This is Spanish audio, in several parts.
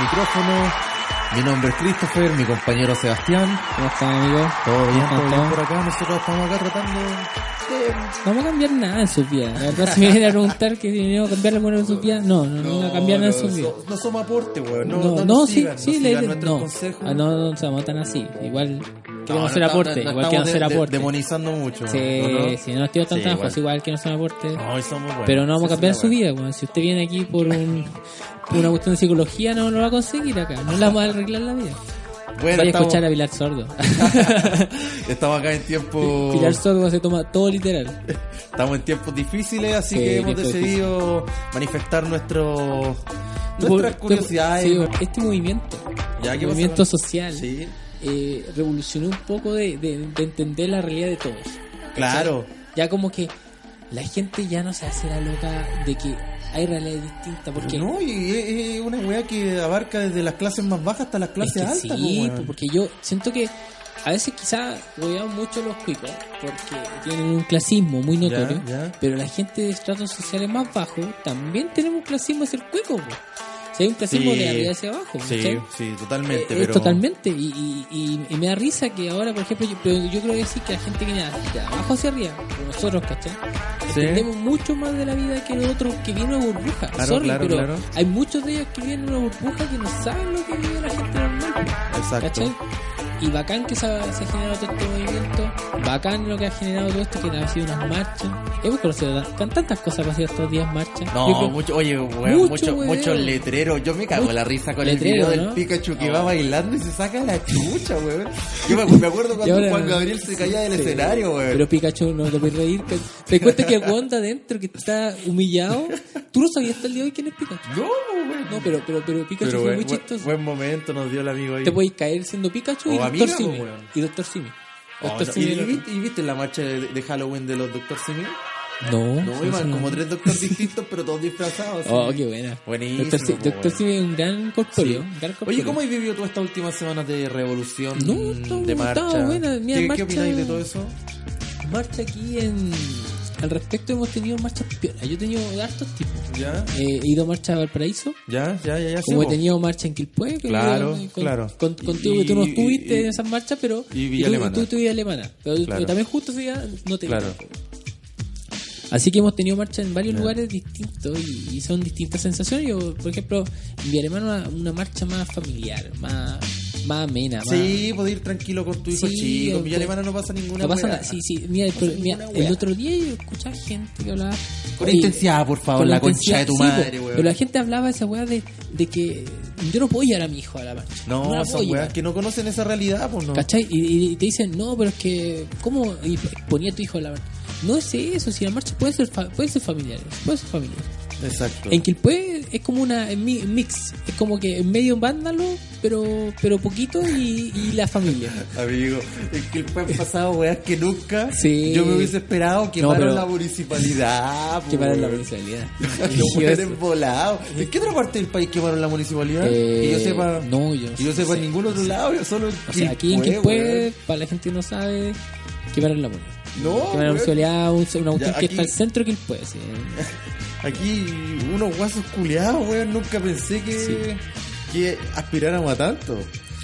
micrófono. Mi nombre es Christopher, mi compañero Sebastián. ¿Cómo están, amigos? Todo bien, ¿Cómo todo bien están? por acá. Nosotros estamos acá tratando de... No vamos a cambiar nada en sus vidas. La verdad, si me vienen a preguntar que si venimos a cambiar alguna en sus vidas, no, no, no, vamos a cambiar nada en sus vidas. so- no somos aporte, weón. No, No, no, no, nos sí, sigan, sí, no la sigan idea- nuestros no. consejos. Ah, no, no somos tan así. Igual queremos No, no hacer estamos- aporte, no igual estamos queremos hacer de- de- aporte. demonizando mucho. weón, sí, ¿no? sí, no nos tiramos tan Sí, trabajos, igual. igual que no son aporte. No, hoy somos buenos. Pero no vamos a Esa cambiar es la su weá. vida, weón. Si usted viene aquí por un- por una cuestión de psicología, no lo va a conseguir acá. No le vamos a arreglar la vida. Bueno, Vaya a estamos, escuchar a Pilar Sordo. estamos acá en tiempo... Pilar Sordo se toma todo literal. Estamos en tiempos difíciles, así Sí, que hemos tiempos decidido manifestar nuestro, Por- nuestras curiosidades. sí, este movimiento, Ya, ¿qué este pasa? movimiento social, Sí, eh, revolucionó un poco de, de- de entender la realidad de todos. claro. Ya como que la gente ya no se hace la loca de que hay realidades distintas. Porque No, y es es una weá que abarca desde las clases más bajas hasta las Es que clases altas. sí, po, weón. pues, porque yo siento que a veces quizás rodean mucho los cuicos porque tienen un clasismo muy Ya, notorio, ya. pero la gente de estratos sociales más bajos también tenemos un clasismo hacia el cuico. po. O sea, hay un clasismo Sí. de arriba hacia abajo. Sí, ¿cachai? sí, totalmente. Eh, es pero... Totalmente, y, y- y- y me da risa que ahora, por ejemplo, yo, pero yo creo que sí que la gente que viene de abajo hacia arriba, como nosotros, ¿cachai? Sí. Entendemos mucho más de la vida que los otros que vienen una burbuja. Claro, Sorry, claro, pero claro. hay muchos de ellos que vienen una burbuja que no saben lo que vive la gente normal. Exacto. ¿Cachai? Y bacán que se ha, se ha generado todo este movimiento, bacán lo que ha generado todo esto, que han sido unas marchas. Hemos conocido tan- tan- tantas cosas que han sido estos días marchas. Yo No, creo- mucho, oye, weón, Mucho mucho, weón. muchos letreros. Yo me cago en la risa con Letrero, el video del ¿no? Pikachu que va bailando y se saca la chucha, weón. Yo me, me acuerdo Y cuando ahora- Juan Gabriel se caía del sí. escenario, weón. Pero Pikachu no te puedes reír. Te, te cuento que el weón de adentro que está humillado. Tú no sabías hasta el día de hoy quién es Pikachu. No, weón. No, pero, pero, pero Pikachu Pero fue buen, muy buen- chistoso. buen momento nos dio el amigo ahí. Te podéis caer siendo Pikachu O y amiga, Doctor pues, Simi. weón. Y Doctor Simi. Oh, Doctor no. ¿Y, Simi y era- viste, y viste la marcha de, de Halloween de los Doctor Simi? No, No, sí, iban sí, como no. tres Doctor distintos, pero todos disfrazados. Oh, así. qué buena. Buenísimo, Doctor, Simi- pues, Doctor weón. Simi es un gran Sí. corpóreo. un gran corpóreo. Oye, ¿cómo has vivido tú estas últimas semanas de revolución? No, mm, estaba- de marcha. estaba buena, mira, ¿Qué, ¿Qué marcha- opináis de todo eso? Marcha aquí en. Al respecto hemos tenido marchas piolas. Yo he tenido hartos tipos. ¿Ya? Eh, he ido a marcha a Valparaíso. ¿Ya? ¿Ya? ¿Ya? ya sí, Como he vos. tenido marcha en Quilpue, que Claro, yo- con- claro. con- contigo que tú no Y- estuviste y- en esas marchas, pero y Villa tú- Alemana. tú estuviste en alemana. Pero yo- Claro. yo también justo ese día no te vi. Claro. Así que hemos tenido marcha en varios lugares distintos y, y son distintas sensaciones. Yo, por ejemplo, en Villa Alemana una, una marcha más familiar, más, más amena, más, Sí, podés ir tranquilo con tu hijo Sí, chico. En pues, Villa Alemana no pasa ninguna No pasa weá. nada. Sí, sí. Mira, el, pro- mira, ninguna el wea. otro día yo escuchaba gente que hablaba. Con eh, intensidad, por favor, la concha intensidad, de tu sí, madre, po. weón. Pero la gente hablaba esa weá de, de que yo no puedo llevar a mi hijo a la marcha. No, la puedo son llevar. weas que no conocen esa realidad, pues no. ¿Cachai? Y, y- y te dicen, no, pero es que, ¿cómo y ponía a tu hijo en la marcha? No es eso, si la marcha puede ser, fa- puede ser familiar, puede ser familiar. Exacto. En Quilpue es como una mi- mix, es como que medio vándalo, pero pero poquito y, y la familia. Amigo, es que el han pasado weas que nunca Sí. yo me hubiese esperado que No, pero- la municipalidad. po, Quemaron la weón. municipalidad. Los hueones volados. ¿En qué otra parte del país quemaron la municipalidad? Eh, que yo sepa. no, yo no que yo sé. sepa en ningún otro lado, yo solo en O sea, aquí en Quilpue, para la gente que no sabe, quemaron la moneda. weón. No, Quemaron la weón. municipalidad, un- una cuestión Ya, que aquí- está al centro de Quilpue. sí. aquí unos guasos culeados, weón. Nunca pensé que, Sí. que aspiráramos a tanto.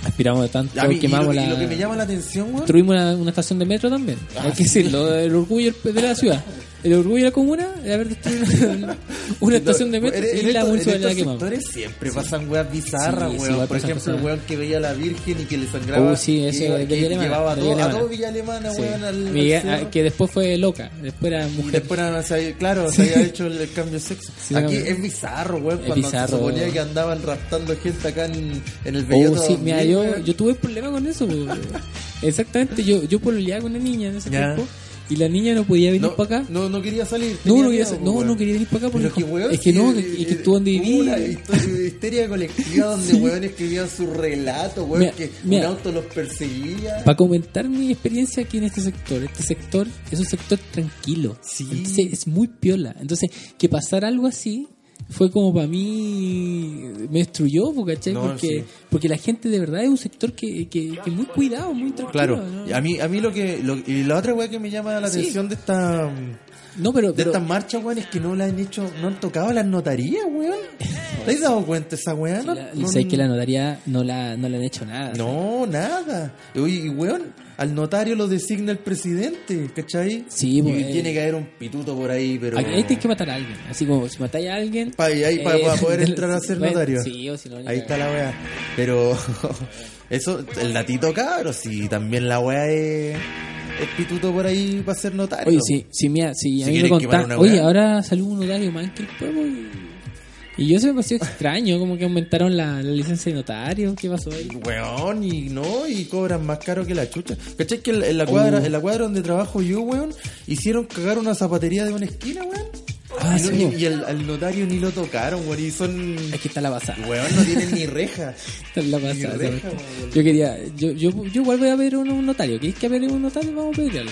Aspiramos de tanto, A mí, y quemamos lo, la... y lo que me llama la atención, weón. Construimos una, una estación de metro también. Ah, Hay que decirlo, el orgullo de la ciudad. El orgullo de la comuna de haber destruido una, una estación de metro En- en y la estos- en municipalidad estos quemamos. sectores siempre pasan weas bizarras, Sí, sí, weón. igual Por pasan ejemplo, el cosas. weón que veía a la Virgen y que le sangraba. Oh, sí, ese que- de que Villa Alemana, Llevaba a de todo, Villa a todo Alemana. Villa Alemana, Sí. weón. Al, Miguel, al ah, que después fue loca, después era y mujer. después no se había- claro, se había hecho el, el cambio de sexo. Sí, Aquí también. es bizarro, weón. Es Cuando se bizarro. suponía que andaban raptando gente acá en, en el Oh, Belloto. sí, mira, 2000, yo, weón. yo tuve problema con eso. po. Exactamente, yo, yo pololeaba con una niña en ese Ya. tiempo y la niña no podía venir no, para acá. No, no quería salir. tenía No, no miedo, quería, sa- po, no, weón. no quería venir para acá porque Pero que, weón, es que no, sí, y eh, que estuvo donde hubo vivía. Una historia, histeria colectiva donde weón escribían sus relatos, weón, Mira, que mira. un auto los perseguía. Para comentar mi experiencia aquí en este sector, este sector es un sector tranquilo. Sí. Entonces es muy piola. Entonces, que pasara algo así fue como para mí me destruyó po, ¿cachai? No, porque sí. porque la gente de verdad es un sector que que, que muy cuidado muy tranquilo Claro, ¿no? Y a mí, a mí lo que. lo- y la otra weá que me llama la Sí. atención de esta. De no pero, pero estas marchas, weón, es que no la han hecho. No han tocado las notarías, weón. ¿Te has dado cuenta esa weá? No, la- no- sé que la notaría no la no le han hecho nada No, nada. Oye, y weón, al notario lo designa el presidente, ¿cachai? Sí, y pues, eh. tiene que haber un pituto por ahí, pero. Ahí ahí tienes que matar a alguien. Así como si matáis a alguien. Pa- y ahí, pa- eh, para poder de- entrar a ser bueno, notario. Sí, o si no, ni Ahí cagar. está la weá. Pero eso, el datito cabro, sí, también la weá es, es pituto por ahí para ser notario. Oye, sí, sí, mira, sí, Ah, Si a mí me quieres quemar contaron. una Oye, weá. ahora salió un notario más que el pueblo y. pues, Y yo se me pareció extraño, como que aumentaron la, la licencia de notario. ¿Qué pasó ahí? Weón, y no, y cobran más caro que la chucha. ¿Cachai que en, en la cuadra, Oh. en la cuadra donde trabajo yo, weón, hicieron cagar una zapatería de una esquina, weón? Ah, y no- sí. y, y el, al notario ni lo tocaron, weón, y son... Aquí está la pasada. Weón, no tienen ni reja. Está la pasada. reja, ¿sabes? weón. Yo quería. Yo, yo, yo igual voy a pedir un, un notario. ¿Queréis que pedir un notario? Vamos a pedirlo.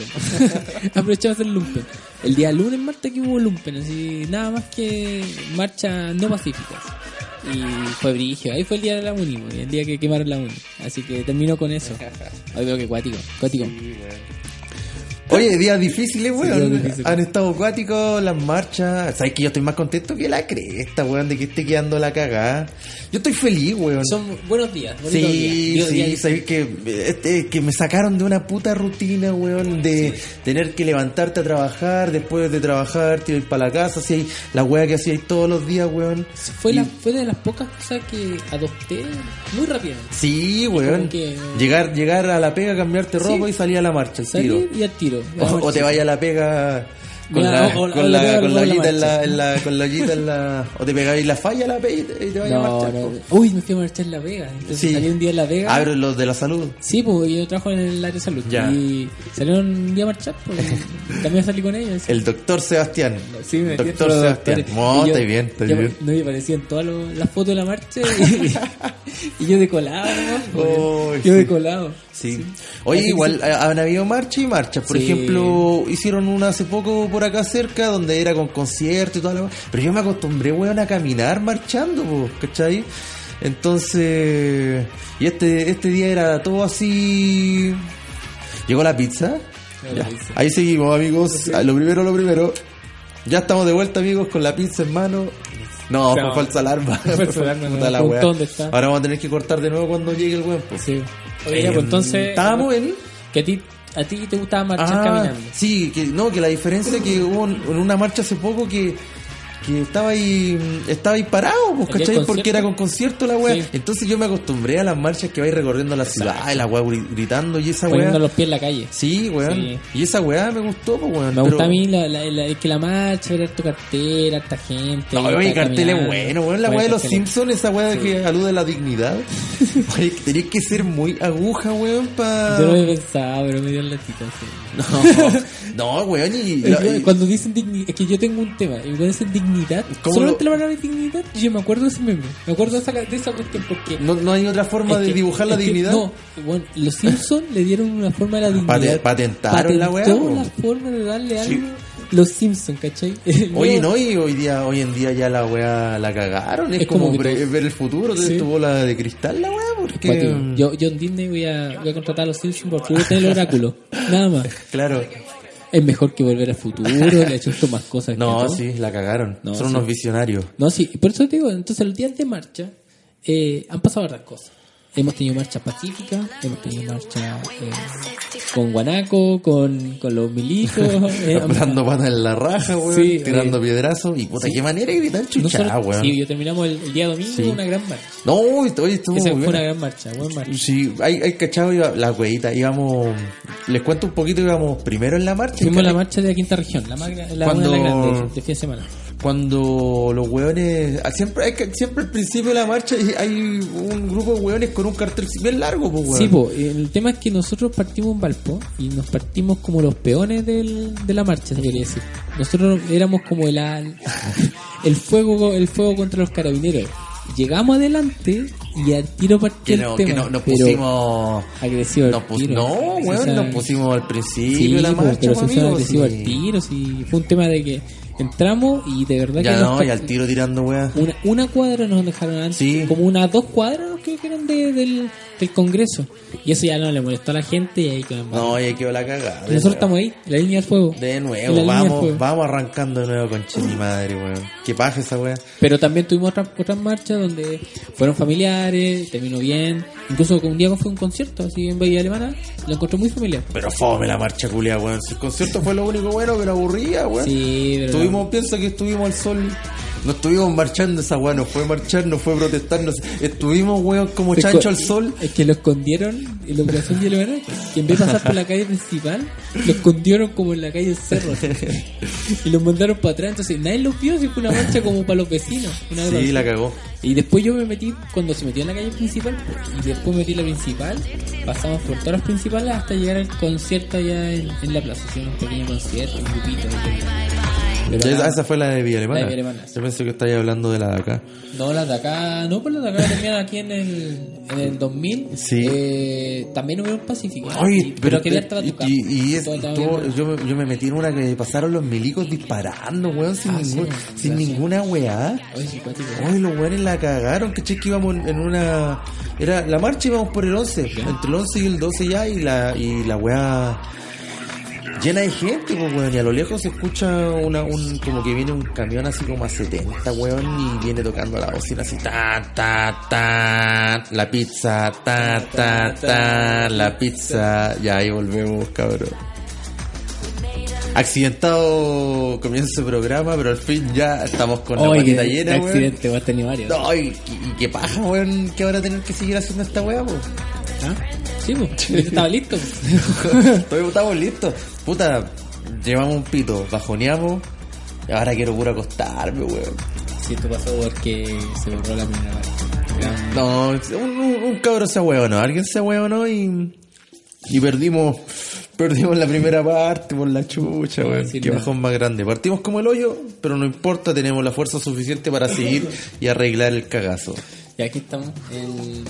Aprovechamos el lumpen. El día lunes, Marta, que hubo lumpen. Así, nada más que marcha no pacíficas. Y fue brigio. Ahí fue el día de la uni, weón, el día que quemaron la uni. Así que termino con eso. Hoy veo que cuático. Cuático. Oye, días difíciles, días weón. difíciles. Han estado acuáticos las marchas. Sabes que yo estoy más contento que la cresta, weón, de que esté quedando la cagada. Yo estoy feliz, weón. Son buenos días. Sí, bonitos días. Digo, sí, días- sabéis que, este, que me sacaron de una puta rutina, weón, de tener que levantarte a trabajar, después de trabajar, te ir para la casa, así, la weá que hacíais todos los días, weón. Fue, la, fue de las pocas cosas que adopté muy rápidamente. Sí, weón. como que- eh, Llegar, llegar a la pega, cambiarte ropa Sí. y salir a la marcha, el tiro. Salir y al tiro. O, o te vaya a la pega con Mira, la, o- o- o con la pega la, con la luego la ollita en la, en la- con la ollita en la, o te pegáis la falla a la pega y te, y te vaya a No, marchar. no. po. Uy, me fui a marchar en La Vega. Entonces Sí. salí un día en La Vega. Ah, pero los de la salud. Sí, pues yo trabajo en el área de salud. Ya. Y salieron un día a marchar. Pues, también salí con ellos. El doctor Sebastián. Sí, me metí entre Eh, doctor los Sebastián. doctores. No, Y yo- estoy bien, estoy yo- bien. No me parecían todas lo- las fotos de la marcha. Y, y yo decolado, ¿no? Uy, yo sí. decolado. Sí. Oye, igual ha- han habido marchas y marchas. Por Sí. ejemplo, hicieron una hace poco por acá cerca donde era con concierto y toda la. hue- Pero yo me acostumbré, weón, a caminar marchando, po, ¿cachai? Entonces. Y este, este día era todo así. Llegó la pizza. Llegó Ya. la pizza. Ahí seguimos, amigos. Ah, Lo primero, lo primero. Ya estamos de vuelta, amigos, con la pizza en mano. No, No. fue falsa alarma. falsa alarma, Puta no. la Preguntó wea. dónde está. Ahora vamos a tener que cortar de nuevo cuando llegue el pues. buen. po. Sí. Oye, ya, Eh, pues entonces. Estábamos en. Que a ti, a ti te gustaba marchar Ah, caminando. Sí, que, no, que la diferencia es que hubo un- en una marcha hace poco que. Que estaba ahí, estaba ahí parado, pues, Había ¿cachai? Porque concierto. era con concierto la weá. Sí. Entonces yo me acostumbré a las marchas que vais recorriendo la ciudad, y la weá gri- gritando y esa Poniendo weá. los pies en la calle. Sí, weón. Sí. Y esa weá me gustó, pues, weón. Me pero- gusta a mí la, la, la- que la marcha, ver tu cartera, esta gente. No, oye, está cartel es caminando. bueno, weón. La weá de los carteles. Simpsons, esa weá que alude a la dignidad. Oye, que Tenías que ser muy aguja, weón, para. Yo lo he pensado, pero me dio la tita. sí. No, no, weón, y. Es que y- cuando dicen dignidad, es que yo tengo un tema, y cuando dicen dignidad, ¿Cómo solamente lo- la palabra dignidad, yo me acuerdo de ese meme, me acuerdo de esa, de esa cuestión porque... No, no hay otra forma es de que- dibujar la es que- dignidad. no, bueno, los Simpsons le dieron una forma a la dignidad. Pate- patentaron la weá, Patentó po. la forma de darle Sí. algo los Simpsons, ¿cachai? Oye, Luego- no, y hoy día, hoy en día ya la weá la cagaron, es, Es como como, que pre- todos- ver el futuro, Sí. tuvo tu bola de cristal la weá, porque mm, Cuático. Yo, yo en Disney voy a, voy a contratar a los Simpsons por puro tener el oráculo. Nada más. claro, Es mejor que volver al futuro, le ha hecho esto más cosas. no, que todo. sí, la cagaron, No, son sí. unos visionarios. No, sí, por eso te digo, entonces los días de marcha eh, han pasado varias cosas. Hemos tenido marcha pacífica, hemos tenido marcha eh, con Guanaco, con, con los milicos. eh, han- Dando patas en la raja, weón, Sí, tirando eh, piedrazos, y puta, qué manera de gritar chuchá, solo- weón. Sí, yo terminamos el, el día domingo Sí. una gran marcha. No, oye, estuvo Esa muy fue una bien. gran marcha, buena marcha. Sí, hay, hay cachado, iba, las hueitas, íbamos, les cuento un poquito, íbamos primero en la marcha. Fuimos a la ¿cachai? marcha de la quinta región, la más gra- la, Cuando- una de las grandes de fin de semana. cuando los hueones ah, siempre hay que- siempre al principio de la marcha hay- hay un grupo de hueones con un cartel bien largo pues hueón. Sí, po, el tema es que nosotros partimos en Valpo y nos partimos como los peones del- de la marcha, se quería decir. Nosotros éramos como el, al- el fuego el fuego contra los carabineros. Llegamos adelante y al tiro partió Que, el no, tema. que no, nos pero pusimos. agresivo al nos pus- tiro. no, Sí, weón, sabe. nos pusimos al principio Sí, de la po, marcha, pero po, se hizo amigo, agresivo sí. al tiro, sí. Fue un tema de que entramos y de verdad Ya que nos no, ya cap- al tiro tirando, weón. una, una cuadra nos dejaron antes, Sí. como unas dos cuadras nos creo que eran de- del, del Congreso. Y eso ya no le molestó a la gente y ahí quedaron. No, ya quedó la cagada. Y nosotros estamos ahí, en la línea del fuego. De En la nuevo, línea pues. del fuego. vamos, vamos arrancando de nuevo con mi madre, weón. Que paja esa weá. Pero también tuvimos otras otras marchas donde fueron familiares, terminó bien. Incluso un día fue un concierto así en Bahía Alemana, lo encontré muy familiar. Pero fome la marcha culia, weón. Si El concierto fue lo único bueno, pero aburría, weón. Sí, pero Estuvimos, piensa que estuvimos al sol. No estuvimos marchando esa weá, no fue marchar, no fue protestar, no sé. Estuvimos, weón, como Se chancho esco- al sol. Es que lo escondieron en la operación Hielo Verde, que en vez de pasar por la calle principal, lo escondieron como en la calle del cerro. así. y los mandaron para atrás, entonces nadie los vio, si fue una marcha como para los vecinos. una cosa Sí, así. la cagó. Y después yo me metí, cuando se metió en la calle principal, y después metí la principal, pasamos por todas las principales hasta llegar al concierto allá en, en la plaza, hicieron un pequeño concierto, un grupito. Pero Ya, nada, esa fue la de Villa Alemana. La de Villa Alemana, sí. Yo pensé que estáis hablando de la de acá. No, las de acá, no, pues las de acá también aquí en el, en el 2000. Sí. Eh, también hubo un Pacífico. Oye, pero, pero que ya estaba y, tocando. y- y es- Todo estaba todo- bien. yo, me- yo me metí en una que pasaron los milicos disparando, weón, sin, Ah, sí, ningún- weón, sin gracias. ninguna weá. Oye, sí, cuático. Ay, los weones la cagaron, que que íbamos en- en una... Era la marcha íbamos por el 11, entre el 11 y el 12 ya, y la, y la weá llena de gente, pues weón, y a lo lejos se escucha una, un, como que viene un camión así como a 70, weón, y viene tocando la bocina así, ta, ta, ta, la pizza, ta, ta, ta, la pizza, y ahí volvemos, cabrón. Accidentado comienza el programa, pero al fin ya estamos con la Oye, patita qué- llena, qué weón. accidente, vos has tenido varios. No, y, y- y qué paja, weón, que ahora tener que seguir haciendo esta weá, po. ¿Ah? Sí, pues, yo estaba listo. pues. Todavía estamos listos. Puta, llevamos un pito, bajoneamos. y ahora quiero puro acostarme, weón. Sí, esto pasó porque se borró la primera vez. No, un, un, un cabrón se no alguien se no y. Y perdimos. Perdimos la primera parte por la chucha, weón. Sí, Qué no. bajón más grande. Partimos como el hoyo, pero no importa, tenemos la fuerza suficiente para seguir y arreglar el cagazo. Y aquí estamos. El...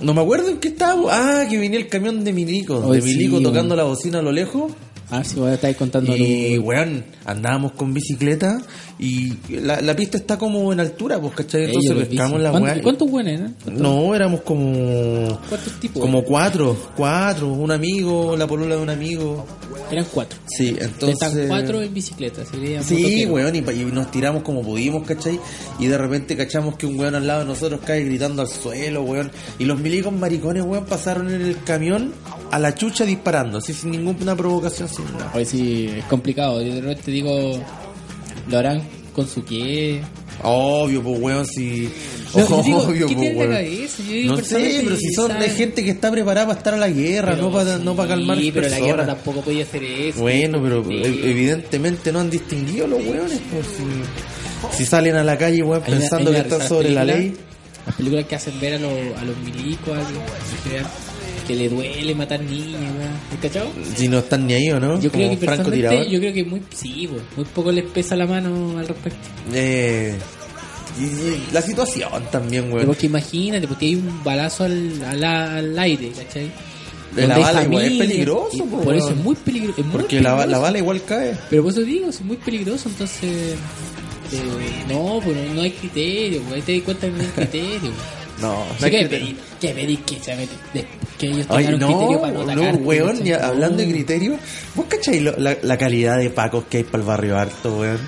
No me acuerdo en qué estaba. Ah, que venía el camión de Milico. Oye, de Milico sí, tocando la bocina a lo lejos. Ah, sí, vos estáis contando. Y, tu- weón, andábamos con bicicleta y la, la pista está como en altura, pues, ¿cachai? Ellos, Entonces los pescamos bici. la ¿Cuánto- weá. ¿Cuántos buenos eran? No, éramos como. ¿Cuántos tipos? Como cuatro, cuatro, un amigo, la polola de un amigo. Eran cuatro. Sí, Están entonces. cuatro en bicicleta. Sería Sí, motoquero. weón, y, pa- y nos tiramos como pudimos, ¿cachai? Y de repente cachamos que un weón al lado de nosotros cae gritando al suelo, weón. Y los milicos maricones, weón, pasaron en el camión a la chucha disparando, así sin ninguna provocación, sin nada. Hoy sí, es complicado. Yo de repente digo, lo harán con su pie. Obvio, pues, weón, si... No, yo digo, Obvio, ¿qué pues, tiene en la weón. cabeza? Yo digo, No personas sé, que pero si son de saben. gente que está preparada para estar a la guerra, no para no para calmar Sí, pero la personas. guerra tampoco podía hacer eso. Bueno, pero Sí. e- evidentemente no han distinguido los weones, pues, si, si salen a la calle, weón, Hay una- pensando hay que una están de esas sobre la ley. películas- Las películas que hacen ver a, los- a los milicos, a los- en general, que le duele matar niños, weón. ¿Has cachado? Si no están ni ahí, ¿o no? Yo creo, que Como personalmente, francotirador. yo creo que muy, sí, weón, muy poco les pesa la mano al respecto. Eh, y- y la situación también, weón. Porque imagínate, porque hay un balazo al, al, al aire, ¿cachai? La Donde hay bala igual es familia, peligroso, y po, Por eso es weón. muy peligro- es muy peligroso. Porque la, la bala igual cae. Pero por eso digo, es muy peligroso, entonces. eh, no, pues no, no hay criterio, pues, ahí te di cuenta que no hay criterio. pues. No, O no sea, hay ¿Qué criterio. pedí? ¿Qué pedí? Que, se mete- de- que ellos Ay, tengan un criterio para no, no no, atacarte, weón, ¿cachai? ya hablando de No. criterio, ¿vos cacháis lo- la, la calidad de pacos que hay para el barrio harto, weón?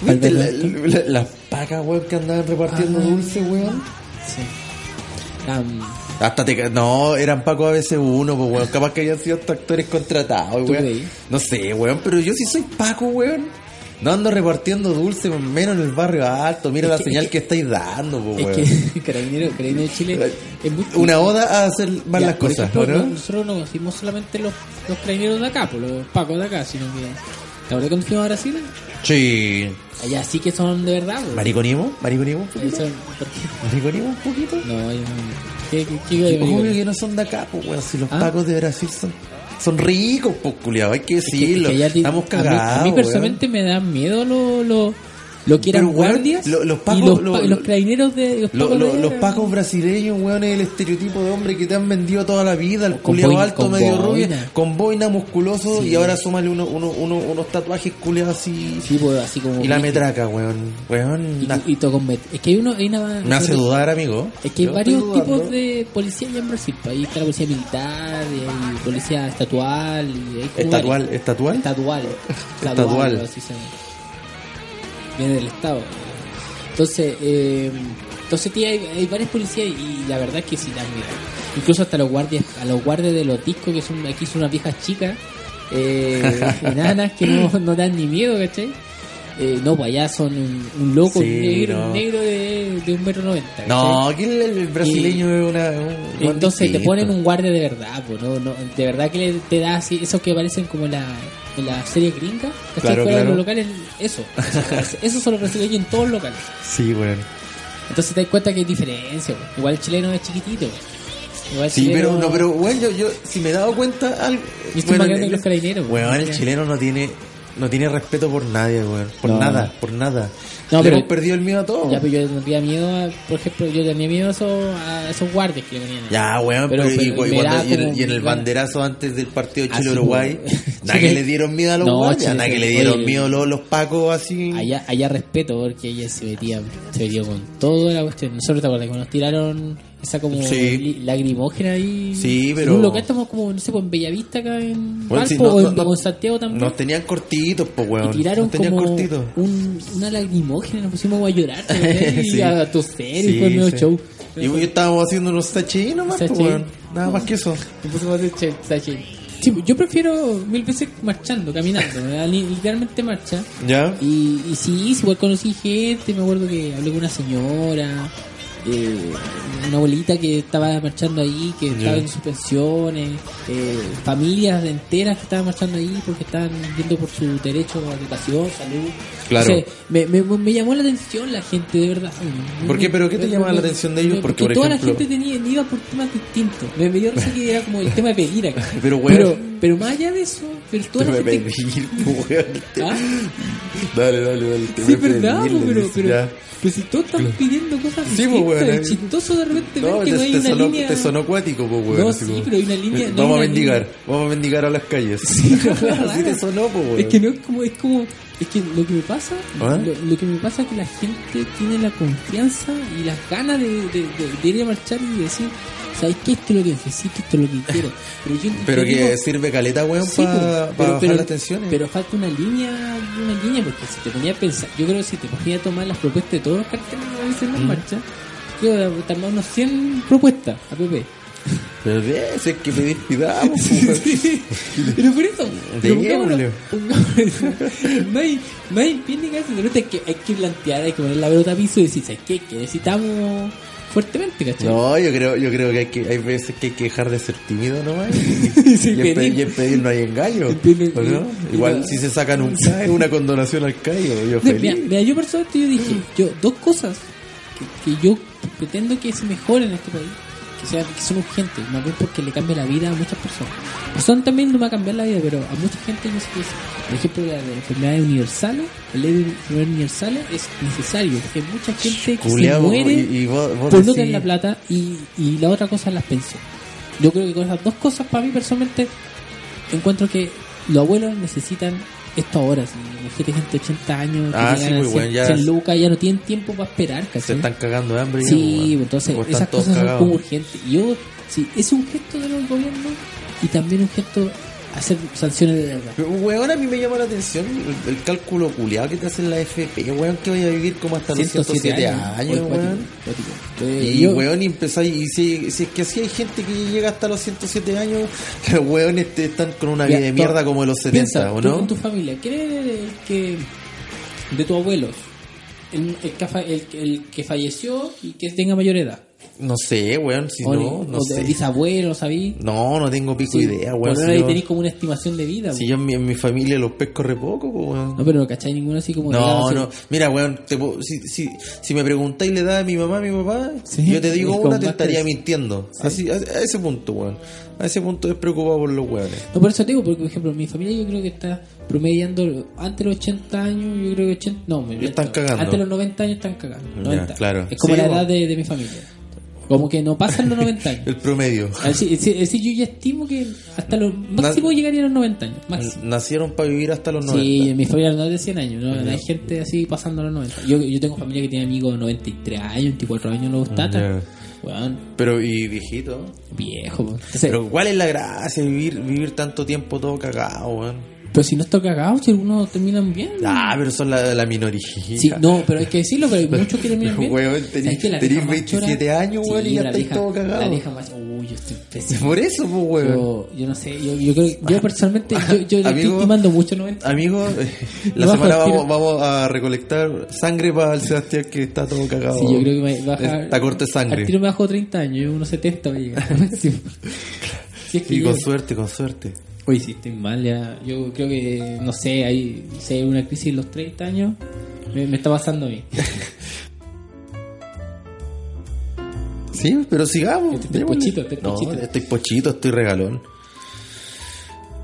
¿Viste barrio la- la- las pacas, weón, que andaban repartiendo Ah. dulce, weón? Sí. Am, Hasta te... ca- No, eran pacos a veces uno, pues, weón, capaz que habían sido hasta actores contratados, ¿Tú weón. creí? No sé, weón, pero yo sí soy paco, weón. No ando repartiendo dulce, menos en el barrio alto. Mira Es la que- señal es que estáis dando, pues, es weón. que Carabinero, Carabinero de Chile es muy Una oda a hacer mal Ya, las por cosas, ejemplo, ¿o ¿no? Nosotros no conocimos solamente los, los carabineros de acá, pues, los pacos de acá, sino que. ¿Te acuerdas cuando fuimos a Brasil? Sí. Allá sí que son de verdad, pues. ¿Mariconismo? ¿Mariconismo? Ahí son- ¿por qué? ¿Mariconismo un poquito? No, yo no. ¿Qué, qué, qué iba a Y decir? Obvio que no son de acá, pues, weón. Si los ¿Ah? pacos de Brasil son, son ricos, pues, culiado. Hay que Que- que decirlo. ya te- Estamos a mí- cagados. A mí, weón. personalmente me da miedo lo, lo- Lo que eran Pero, weón, guardias lo- los pacos- y los, lo- pa- lo- los carabineros de los Lo- pacos lo- de- los pacos brasileños, weón, es el estereotipo de hombre que te han vendido toda la vida, el Con culeado boina- alto, con medio rubio, boina. con boina musculoso Sí. y ahora súmale uno, uno- uno- unos tatuajes culeados así. Sí, pues, así como Y la metraca, weón. Weón, y, na- y todo con met- es que hay uno hay una- me hace dudar, amigo. Es que hay Yo varios estoy dudando. tipos de policía ya en Brasil. pues, Ahí está la policía militar, y hay policía estatual. Y hay como ¿Estatual? varios. ¿Estatual? Estatual. Estatual. algo así se llama. Viene del Estado. Entonces, eh, entonces tía, hay, hay varias policías y la verdad es que sí dan miedo. Incluso hasta los guardias, a los guardias de los discos, que son aquí son unas viejas chicas, eh, enanas que no, no dan ni miedo, ¿cachai? Eh, no, pues allá son un, un loco, Sí, un negro, no. un negro de, de un metro noventa. ¿cachai? No, aquí el, el brasileño es una. un- un Entonces te distinto. ponen un guardia de verdad, pues, ¿no? No, de verdad que le- te da así, esos que aparecen como en la, en la serie gringa, ¿cachai? Claro, Fuera de claro. los locales, eso, eso, eso son los brasileños en todos los locales. Sí, weón. Entonces te das cuenta que hay diferencia, pues. igual el chileno es chiquitito, pues. igual el Sí, chileno- pero, no, pero, weón, yo, yo, si me he dado cuenta. Algo, Y estoy más grande que los carabineros, weón, weón. el chileno no tiene. No tiene respeto por nadie, weón. Por No. nada, por nada. No, Le pero- hemos perdido el miedo a todo. Ya, Ya, pero yo tendría miedo, a- por ejemplo, yo tenía miedo a esos, a esos guardias que le ponían. weón, pero, Pero- y- pero y, me cuando- da y en, el- como- y en el bueno. banderazo antes del partido Así, Chile-Uruguay, weón. nada que le dieron miedo a los No, guardias, Chile- nada que le dieron oye, miedo los, los pacos así. Allá, allá respeto porque ella se metía, se metió con toda la cuestión. Nosotros te acuerdas que nos tiraron esa como Sí. li- lagrimógena ahí. Sí, pero- En un local estamos como, no sé, pues en Bellavista acá en Weón, Valpo si no- o, no- en, no- o en Santiago también. Nos tenían cortitos, pues, weón. y tiraron nos tenían como cortitos. un- una lagrimógena, nos pusimos como a llorar ¿verdad? y Sí. a toser y Sí, fue medio sí. show. Y hoy estábamos haciendo unos sachis nomás, pues, Sachis. weón. Nada más que eso. Me puse más de che- sache. Sí, yo prefiero mil veces marchando, caminando, ¿verdad? Li- literalmente marcha. ¿Ya? Y, y sí, sí, igual conocí gente, me acuerdo que hablé con una señora, eh, una abuelita que estaba marchando ahí, que estaba en sus pensiones, eh, familias enteras que estaban marchando ahí porque estaban viendo por su derecho a educación, salud. Claro. O sea, me, me- me llamó la atención la gente, de verdad. Eh, ¿Por qué? ¿Pero qué te llamaba la atención de ellos? Porque, por toda ejemplo- la gente tenía, iba por temas distintos. Me, me dio risa que era como el tema de pedir acá. Pero, weón. pero, pero más allá de eso, pero toda la Te voy a gente... pedir, pues, weón. Te- ¿Ah? Dale, dale, dale. te Sí, es voy a verdad, pedir, po, le pero, dice, pero, ya. pero si todos están pidiendo cosas Sí, po, distintas, weón, es eh. chistoso de repente No, ver que te, no hay te una sonó, línea... te sonó cuático, pues, weón. No, así sí, como, pero hay una línea- no hay Vamos a una mendigar, línea. vamos a mendigar a las calles. Sí, no, así rara. te sonó, pues, weón. Es que no es como, es como, es que lo que me pasa, ¿Ah? lo, lo que me pasa es que la gente tiene la confianza y las ganas de, de, de- de ir a marchar y decir, ¿sabes qué? Esto es lo que necesito, esto es lo que quiero. Pero, yo Pero yo que digo, sirve caleta, weón, Sí, pues, para bajar ¿eh? las tensiones. pero falta una línea, una línea, porque si te ponía a pensar, yo creo que si te ponía a tomar las propuestas de todos los carteles que aparecen en Mm. la marcha, creo que te armaba unos 100 propuestas a PP. Pero de eso es que pedir cuidado, pues, weón. Pero por eso, pero Démosle. pongámoslo- no hay, no hay pin ni cabeza, de verdad, hay que, hay que plantear, hay que poner la pelota a piso y decir, ¿sabes qué? Que necesitamos fuertemente, ¿cachai? No, yo creo, yo creo que hay, que hay veces que hay que dejar de ser tímido nomás. Sí, y, en pe- pedir. y en pedir no hay engaño. En pedir no- ¿o no? y- Igual y no. si se sacan un CAE, una condonación al CAE, yo Pues Mira, feliz. mira, yo personalmente yo dije, yo, dos cosas que, que yo pretendo que se mejoren en este país, que, sea, que son urgentes, más bien porque le cambia la vida a muchas personas. Personas también no va a cambiar la vida, pero a mucha gente yo sé que es, por ejemplo, la de enfermedades universales, la ley de enfermedades universales es necesario, porque hay mucha gente que se Culeado, muere y, y vos, vos por no decís- tener Pues la plata y, y la otra cosa es las pensiones. Yo creo que con esas dos cosas, para mí personalmente, encuentro que los abuelos necesitan esto ahora. Si mujeres gente de 80 años que Ah, llegan sí, a pues, weón, ya- lucas, ya no tienen tiempo para esperar, Se ¿cachai? están cagando de hambre. ya, Sí, pues, weón. entonces Como esas están todos cosas son cagados. como urgentes. Y yo, sí, es un gesto de los gobiernos y también un gesto hacer sanciones de verdad. Pero, weón, a mí me llama la atención el, el cálculo culeado que te hacen la FP, weón, que vaya a vivir como hasta los 107 años, Oye, weón. pues, cuático, cuático. Eh, Y, yo- weón, y empezáis, y si, si es que así hay gente que llega hasta los 107 años, los weones te- están con una vida Ya, de to- mierda como de los 70, piensa, ¿o tú no? con tu familia, ¿quién es el que de tus abuelos? El, el que, fa- el- el que falleció y que tenga mayor edad. No sé, weón, si o no, ni- no o de sé. bisabuelo, ¿sabí? No, no tengo pico idea, weón. Por Si, ahora ahí yo, tenéis como una estimación de vida. si po. yo en mi, en mi familia los pesco re poco, po, weón. No, pero no cacháis ninguno así como... No, digamos, no. Mira, weón, te puedo- si, si, si me preguntáis la edad de mi mamá, mi papá, Sí, yo te digo una, el te combate estaría es- mintiendo. Así, a, a ese punto, weón. A ese punto es preocupado por los weones. No, por eso te digo, porque por ejemplo, mi familia yo creo que está promediando antes de los 80 años, yo creo que 80, no, me Están cagando. Antes de los 90 años están cagando. Ya, 90. claro. Es como Sí, la bueno. edad de, de mi familia. Como que no pasan los 90 años. El promedio. Así, es decir- es decir, yo ya estimo que hasta los máximo llegaría a los 90 años. Máximo. Nacieron para vivir hasta los 90. Sí, en mi familia no es de 100 años, ¿no? hay gente así pasando los 90. Yo, yo tengo familia que tiene amigos de 93 años, 24 años, los tatas. Weón, Pero, y viejito. viejo. weón. Entonces, Pero, ¿cuál es la gracia de vivir, vivir tanto tiempo todo cagado, weón? pero si no está cagado, si algunos terminan bien. Ah, pero son la, la minoría. Sí, no, pero hay que decirlo, pero hay muchos que terminan bien. Weón, ¿Sabes tenés- que la tenés vieja 27 años, weón, y ya la estáis vieja- todo cagado. La vieja macho- uy, yo estoy pésimo. Por eso, pues, weón. Yo, yo no sé, yo, yo creo yo personalmente, yo, yo le estoy Amigo. estimando mucho 90. Amigos, eh, la Bajo semana el vamos, tiro. vamos a recolectar sangre para el Sebastián que está todo cagado. Sí, yo creo que me baja. Está corto de sangre. Al tiro me bajo 30 años, yo unos 70 voy a llegar. máximo. si es que Y con llego. suerte, con suerte. Oye, sí, estoy mal ya. Yo creo que, no sé, hay si hay una crisis en los 30 años. Me, me está pasando a mí. Sí, pero sigamos. Estoy démosle. Este pochito, estoy No, pochito. estoy pochito, estoy regalón.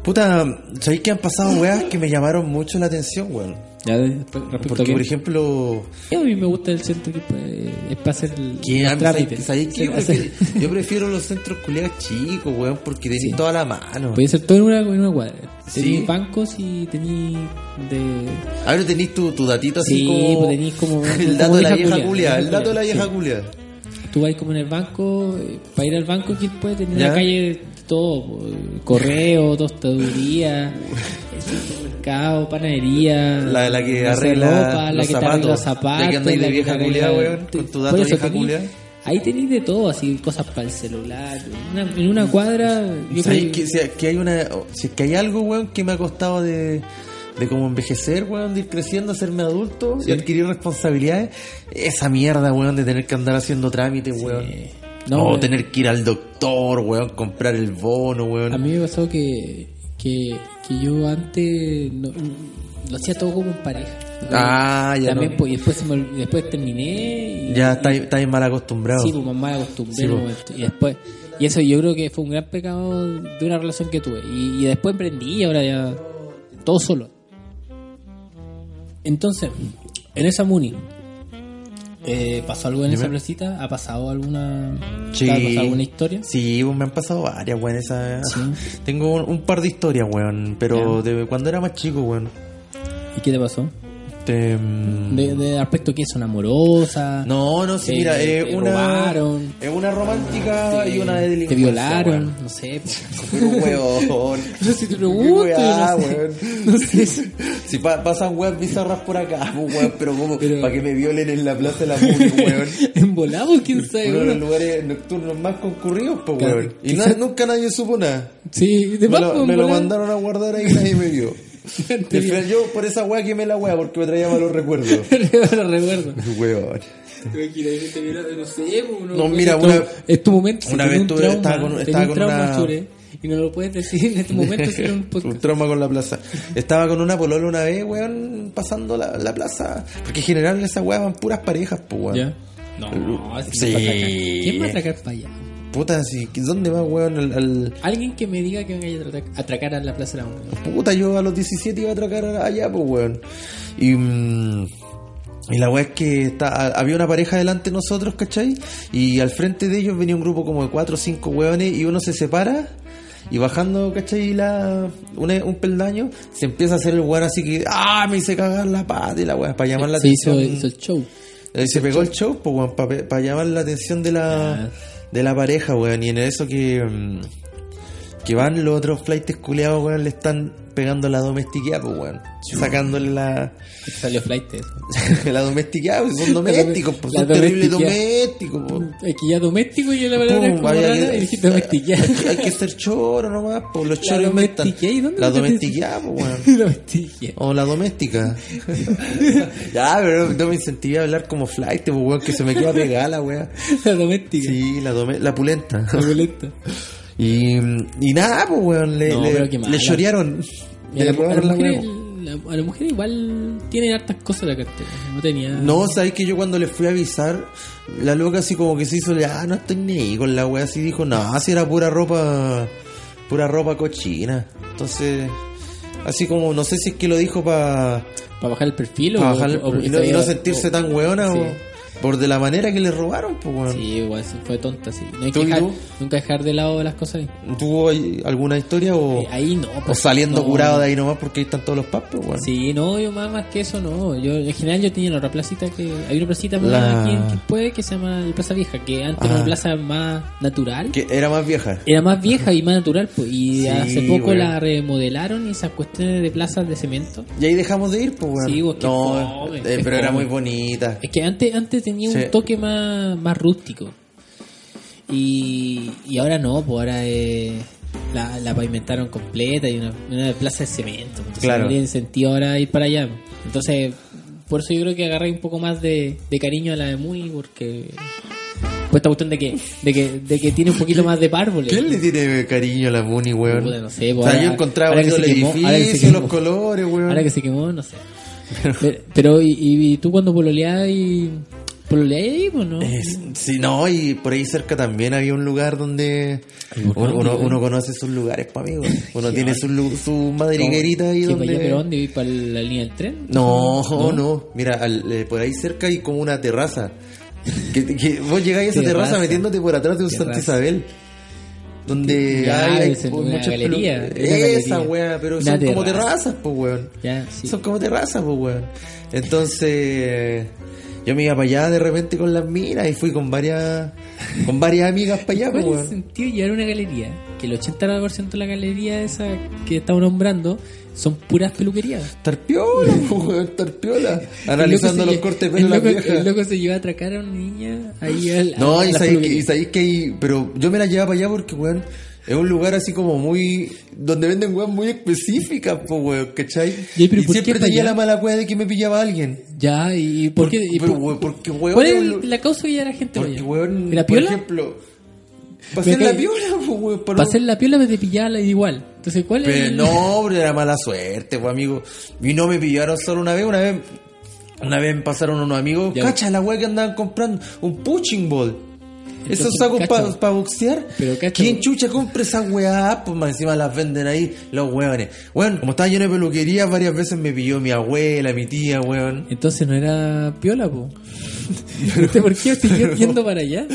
Puta, ¿sabéis que han pasado weas que me llamaron mucho la atención, weón? Ya, respecto a Porque, que... por ejemplo, A mí me gusta el centro que eh, es para hacer el que a los mí- trámites. ¿sabéis que yo, Hacer- prefiero, yo prefiero los centros culiados chicos, weón? Porque tenéis Sí. Pues- toda la mano. Podéis hacer todo en una, en una cuadra. Sí. Tenéis bancos y tenéis de. Ahora tenéis tu, tu datito así Sí, como. pues tenéis como- El dato de la vieja culia, culia. El dato de la vieja sí. culia. Tú vais como en el banco. eh, Para ir al banco, ¿quién puede tener Ya. una calle de todo? po, eh, Correo, tostaduría, eh, supermercado, panadería. La, la que no sé, arregla ropa, los la que te zapatos. arregla La que andáis de te vieja arregla- culia, weón, con tu dato Por eso vieja tenéis- culia. Ahí tenéis de todo, así cosas para el celular. Una- en una cuadra. yo ¿Sabéis creo que, si, que hay una, si es que hay algo, weón, que me ha costado de, de como envejecer, weón, de ir creciendo, hacerme adulto y Sí. adquirir responsabilidades? Esa mierda, weón, de tener que andar haciendo trámites, weón. No, o weón. tener que ir al doctor, weón, comprar el bono, weón. A mí me pasó que, que, que yo antes no- lo hacía todo como en pareja. Ah, ya También, no. pues, y después, se me ol- después terminé y, ya estáis estáis mal acostumbrado. sí, pues, más mal acostumbré Sí, en un pues. momento. y después y eso yo creo que fue un gran pecado de una relación que tuve y, y después emprendí y ahora ya todo solo. Entonces, en esa muni eh, pasó algo en Dime. esa placita, ha pasado alguna Sí. ha pasado alguna historia. Sí, pues, me han pasado varias, weón. Esa... Sí. Tengo un, un par de historias, weón, pero de cuando era más chico, weón. ¿Y qué te pasó? Te, mm, De, de aspecto que son amorosas. No, no, sí, Te- mira, Eh, te es una. robaron. Es una romántica y una de Te delincuencia. violaron, weón. no sé. pues. Pero weón. No sé si te Qué pregunto, weá, no sé. Ah, weón. No sé. Si pa- pasan weas bizarras por acá, pues, weón, pero como Pero- para que me violen en la plaza de la Muni, weón. En volamos, quién sabe. Uno de los weón. lugares nocturnos más concurridos, pues, Claro, weón. Y na- quizás- nunca nadie supo nada. Sí, Me de más, lo, pues, me en lo volar. mandaron a guardar ahí y nadie me vio. Y al final yo por esa wea quemé la wea porque me traía malos recuerdos. Lo recuerdo. Weón. No sé, pues, uno- No, mira, esto- una- es tu momento. una si vez tenés un tuve- trauma, estaba con- tenés estaba un con trauma, una- Chure, y no lo puedes decir en este momento si no en un un podcast. trauma con la plaza. Estaba con una polola una vez, weón, pasando la, la plaza. Porque en general en esa weá van puras parejas, pues, weón. ¿Ya? No, si Sí. no va a atracar. ¿Quién va a atracar para allá? Puta, si, ¿dónde va, weón? Al, al- Alguien que me diga que venga a atracar- atracar a la Plaza de la Unión. Puta, yo a los 17 iba a atracar allá, pues, weón. Y, mm, y la weá es que está, a- había una pareja delante de nosotros, ¿cachai? Y al frente de ellos venía un grupo como de 4 o 5 weones y uno se separa. Y bajando, ¿cachai? La, una- un, peldaño, se empieza a hacer el weón así que, ah, me hice cagar la pata y la weá, para llamar la Se hizo, atención. hizo el show. Eh, se pegó el show, pues, weón, para llamar la atención de la, de la pareja, weón. Y en eso que. mm, Que van los otros flightes culeados, weón, le están pegando la domestiqueada, pues, weón. Sacándole la, Salió flight eso. la domestiqueada, pues, son domésticos, pues, son terribles domésticos, pues. Es que ya doméstico y la palabra Pum, es como vaya rara, que- y dijiste domestiquear. Hay que, hay que ser choro nomás, pues, los choros inventan. domestiqué, ¿y dónde La metiste? domestiqueada, pues, weón. Domestiquear. O la doméstica. ya, pero no me incentive a hablar como flight, pues, weón, que se me queda pegada la weá. La doméstica. Sí, la, dome- la pulenta. La violenta. Y, y nada, pues, weón, le, No, le, pero le qué mala. chorearon. Y Le a, la, a, robaron la la mujer, weá. la- a la mujer igual tienen hartas cosas la cartera. No tenía. No, sabes que yo cuando le fui a avisar, la loca así como que se hizo, le- ah, no estoy ni ahí con la wea, así dijo, no, si era pura ropa, pura ropa cochina. Entonces, así como, no sé si es que lo dijo para Para bajar el perfil o, bajar o porque y, no, se y no había- sentirse o- tan weona sí. o- por de la manera que le robaron, pues weón. Sí, igual sí, fue tonta, sí. No hay ¿Tú que y dejar, tú? nunca dejar de lado las cosas. ahí. ¿Tuvo ahí alguna historia o, Eh, ahí no. o pues, saliendo no. curado de ahí nomás porque ahí están todos los papos, weón? Sí, no, yo más, más que eso no. Yo en general yo tenía la otra placita que hay una placita más La- aquí en Quilpué que se llama la Plaza Vieja, que antes era Ah. una plaza más natural. Que era más vieja. Era más vieja y más natural, pues, y Sí, hace poco weón. la remodelaron y esas cuestiones de plazas de cemento. Y ahí dejamos de ir, pues weón. Sí, vos, qué no, joven, eh, qué pero era joven. muy bonita. Es que antes, antes tenía Sí. un toque más, más rústico. Y, y ahora no, pues ahora eh, la, la pavimentaron completa y una, una plaza de cemento. Entonces Claro. no tiene sentido ahora ir para allá. Entonces, por eso yo creo que agarré un poco más de, de cariño a la de Muy, porque. Pues esta cuestión de que, de que, de que tiene un poquito más de párboles. ¿Quién le tiene cariño a la Muni, weón? Puta, no sé, o sea, ahora- yo encontraba ahora que bonito el se quemó, ahora que se edificio, los quemó. colores, weón. Ahora que se quemó, no sé. Pero, pero, ¿y, y tú cuando pololeás y. pololeás ahí, pues no? Eh, sí, no, y por ahí cerca también había un lugar donde uno, uno, uno conoce sus lugares, pa' amigo. Uno tiene sus su, madriguerita ahí Sí, donde... para allá, pero ¿dónde? ¿Y para la línea del tren? No, no, Mira, al- eh, por ahí cerca hay como una terraza. Que, que vos llegáis a esa terraza, Terraza. metiéndote por atrás de un Terraza. Santa Isabel. Donde Ya, hay, es en pues, una muchas galería, pelu- es una Esa galería. weá, pero Una son como terraza. terrazas, pues weón. Ya, sí. Son como terrazas, pues weón. Entonces, yo me iba para allá de repente con las minas y fui con varias con varias amigas para allá, ¿Cuál pues es el weón. sentido de llevar una galería? Que el 80% de la galería esa que estamos nombrando son puras peluquerías. Tarpiola, pues weón, tarpiola. Analizando El los loco se cortes lle- de pelo de el las loco, el viejas. loco se lleva a atracar a una niña ahí al, No, a y Ah, sabéis que, la peluquería. y sabéis que hay- Pero yo me la llevaba para allá porque, weón, es un lugar así como muy. donde venden weón muy específicas, pues, weón, ¿cachai? Ya, pero y ¿por siempre qué pa' tenía allá? la mala weá de que me pillaba alguien. Ya, ¿y por qué? y Pero, por- weón, porque, ¿Cuál es weón. la causa que ya la gente Porque, vaya? weón, ¿La por piola? ejemplo. Pasé Me la cae- piola, pues, weón. para- Para hacer la piola me te pillaba la- igual. Entonces, ¿cuál es? Pero el- no, pero era mala suerte, pues, amigo. Y no me pillaron solo una vez, una vez. Una vez pasaron unos amigos, Ya. cacha la weá que andaban comprando, un punching ball. Esos Entonces, sacos para cacha. boxear. Pero, cacha, ¿Quién po. chucha compra esas weá? Pues más encima las venden ahí los weones. Bueno, como estaba lleno de peluquería, varias veces me pilló mi abuela, mi tía, weón. Entonces no era piola, po. ¿Usted ¿Por qué siguió yendo para allá?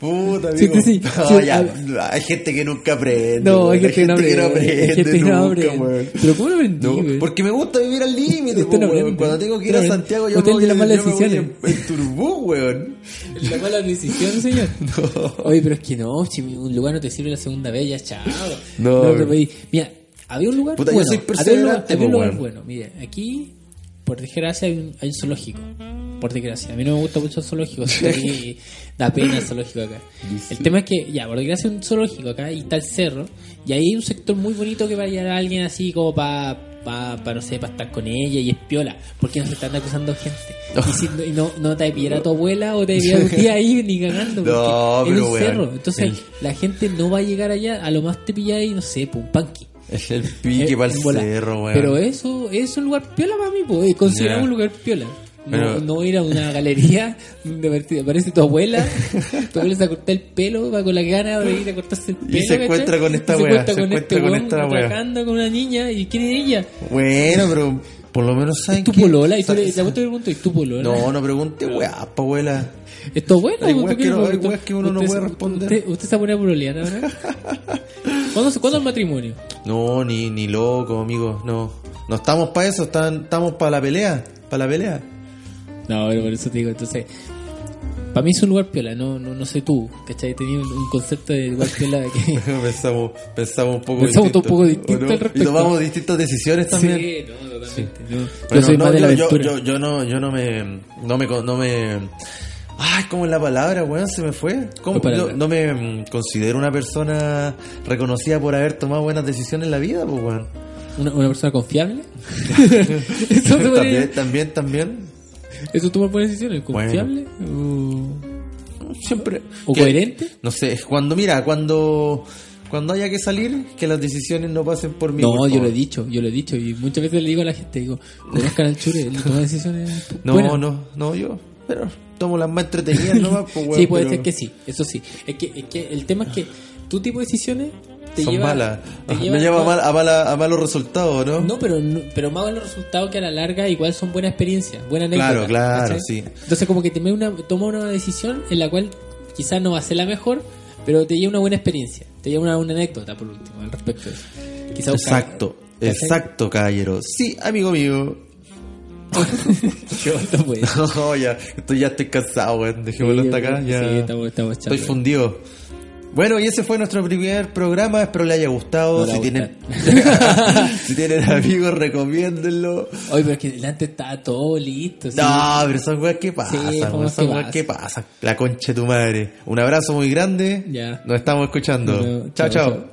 Puta, Sí, amigo. sí, sí. No, Sí, ya, a- hay gente que nunca aprende. No, weón. hay gente que no aprende. Hay gente que nunca, no aprende. weón. Pero ¿cómo lo aprendí, No, weón? porque me gusta vivir al límite, Usted po, no weón. aprende. Cuando tengo que Usted ir no a aprende. Santiago, yo Usted me es voy, de las malas yo me voy en, decisiones. en turbú, weón. La mala decisión, señor. Oye, pero es que no, si un lugar no te sirve la segunda vez, ya chao. No, te weón. podí- Mira, había un lugar Puta, yo bueno. soy había un lugar, perseverante, había un po, lugar weón. bueno. Mire, aquí, por desgracia, hay un, hay un zoológico. Por desgracia. A mí no me gusta mucho el zoológico. así que a mí da pena el zoológico acá. El tema es que, ya, por desgracia, hay un zoológico acá y está el cerro. Y ahí hay un sector muy bonito que va a llegar a alguien así como para. Para, no sé, para estar con ella y es piola, porque no se están acusando gente. Y, si no- y no, no te pillara tu abuela o te pillara tu tía ahí ni cagando. No, porque pero es un weón. cerro. Entonces El- la gente no va a llegar allá, a lo más te pilláis, no sé, pues, un panqui. Es el Eh, pique para el en bola. cerro, weón. Pero eso es un lugar piola para mí, pues, eh, considerado Ya. un lugar piola. No, Pero- no ir a una galería donde apare- aparece tu abuela, tu abuela se va a cortar el pelo, va con la gana de ir a cortarse el Y pelo. se encuentra con esta Y wea, se encuentra con este weón esta que wea. atracando con una niña, ¿y quién es ella? Bueno, pero por lo menos saben ¿Es tu que- polola? Y tú sa- le, sa- la vos te pregunto, ¿es tu polola? No, no pregunte, weá, pa' abuela. ¿Es tu abuela? Hay ¿Tú weas qué que le no- hay preguntas? weas que uno no ¿Usted- puede responder. ¿Usted, usted se pone a pololear ahora? ¿Cuándo, se- ¿Cuándo el matrimonio? No, ni, ni loco, amigo, no. No estamos para eso, están- estamos para la pelea, para la pelea. No, pero por eso te digo, entonces, Para mí es un lugar piola, no, no, no sé tú, ¿cachai? Tenía un, un concepto de lugar piola que... pensamos, pensamos un poco Pensamos todo un poco distinto ¿o al respecto. Y tomamos distintas decisiones también. Sí, no, totalmente. Yo, yo Bueno, soy no, más de la yo, aventura. yo- yo no, yo no me, no me, con- no me, ay, ¿cómo es la palabra, weón? Se me fue. ¿Cómo? Voy Pues para Yo acá. no me mm, considero una persona reconocida por haber tomado buenas decisiones en la vida, pues, weón. ¿Una, una persona confiable? eso, te También, pone, también, también. eso toma buenas decisiones, Bueno. confiable o- Siempre. o, que- coherente. No sé, cuando, mira, cuando, cuando haya que salir, que las decisiones no pasen por mí. pues, No, por yo lo he favor. dicho, yo lo he dicho y muchas veces le digo a la gente, digo, conozcan al chure, él toma decisiones. No, buenas". no, no, yo, pero tomo las más entretenidas nomás, pues, weón. sí, puede pero- ser que sí, eso sí. Es que, es que el tema es que tu tipo de decisiones te Son lleva, malas. te Me lleva a, no, mal- a mala- a malos resultados, ¿no? No, pero, no- pero más los resultados que a la larga igual son buena experiencia, buena anécdota. Claro, claro, ¿cachai? sí. Entonces como que te me una, toma una decisión en la cual quizás no va a ser la mejor, pero te lleva una buena experiencia, te lleva una, una anécdota por último al respecto de eso. Quizá buscar- Exacto, ¿cachai? exacto, caballero. Sí, amigo mío. ¿Qué onda, pues? No, ya, estoy, ya estoy cansado, weón. Dejémoslo hasta acá. Sí, Ya. estamos, estamos estoy chatos. fundido. Bueno, y ese fue nuestro primer programa. Espero le haya gustado. No le si, va a tienen, si tienen amigos, recomiéndenlo. Oye, pero es que antes estaba todo listo. ¿sí? No, pero son weas que pasan. Sí, weón, son son weas weas que pasan. La concha de tu madre. Un abrazo muy grande. Ya. Nos estamos escuchando. Nos vemos. chao. Chao, chao. chao.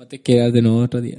O te quedas de nuevo otro día.